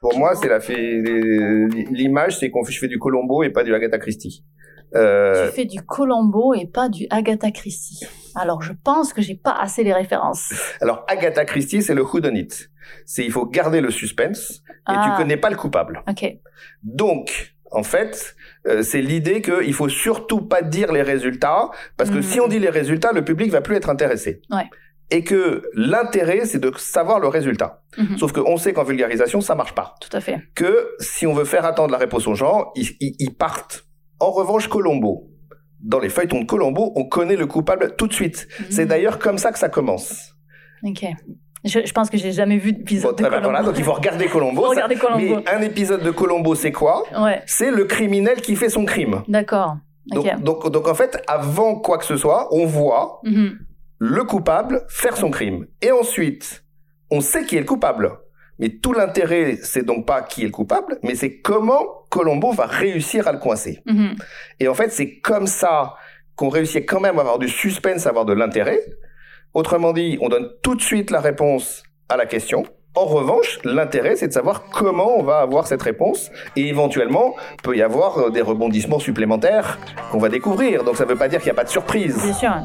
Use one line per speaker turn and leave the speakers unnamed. Pour moi, c'est la fée- l'image, c'est qu'on fait, je fais du Colombo et pas du Agatha Christie. Euh,
Tu fais du Colombo et pas du Agatha Christie. Alors je pense que j'ai pas assez les références.
alors Agatha Christie, c'est le whodunit. C'est il faut garder le suspense et
Ah.
tu connais pas le coupable.
Ok.
Donc, en fait, euh, c'est l'idée qu'il faut surtout pas dire les résultats, parce que
Mhm.
si on dit les résultats, le public va plus être intéressé.
Ouais.
Et que l'intérêt, c'est de savoir le résultat.
Mhm.
Sauf qu'on sait qu'en vulgarisation, ça marche pas.
Tout à fait.
Que si on veut faire attendre la réponse aux gens, ils, ils- ils partent. En revanche, Colombo. Dans les feuilletons de Colombo, on connaît le coupable tout de suite. C'est
Mhm.
d'ailleurs comme ça que ça commence.
Ok. Je, je pense que j'ai jamais vu
Bon,
d'épisode
ah
de
bah
Colombo.
voilà, donc il faut regarder Colombo.
Faut regarder Columbo.
Mais un épisode de Colombo, c'est quoi
Ouais.
C'est le criminel qui fait son crime.
D'accord.
Donc,
Ok.
donc, donc en fait, avant quoi que ce soit, on voit
Mhm.
le coupable faire son crime. Et ensuite, on sait qui est le coupable. Mais tout l'intérêt, c'est donc pas qui est le coupable, mais c'est comment Colombo va réussir à le coincer.
Mhm.
Et en fait, c'est comme ça qu'on réussit quand même à avoir du suspense, à avoir de l'intérêt. Autrement dit, on donne tout de suite la réponse à la question. En revanche, l'intérêt, c'est de savoir comment on va avoir cette réponse. Et éventuellement, peut y avoir euh, des rebondissements supplémentaires qu'on va découvrir. Donc ça ne veut pas dire qu'il n'y a pas de surprise.
Bien sûr.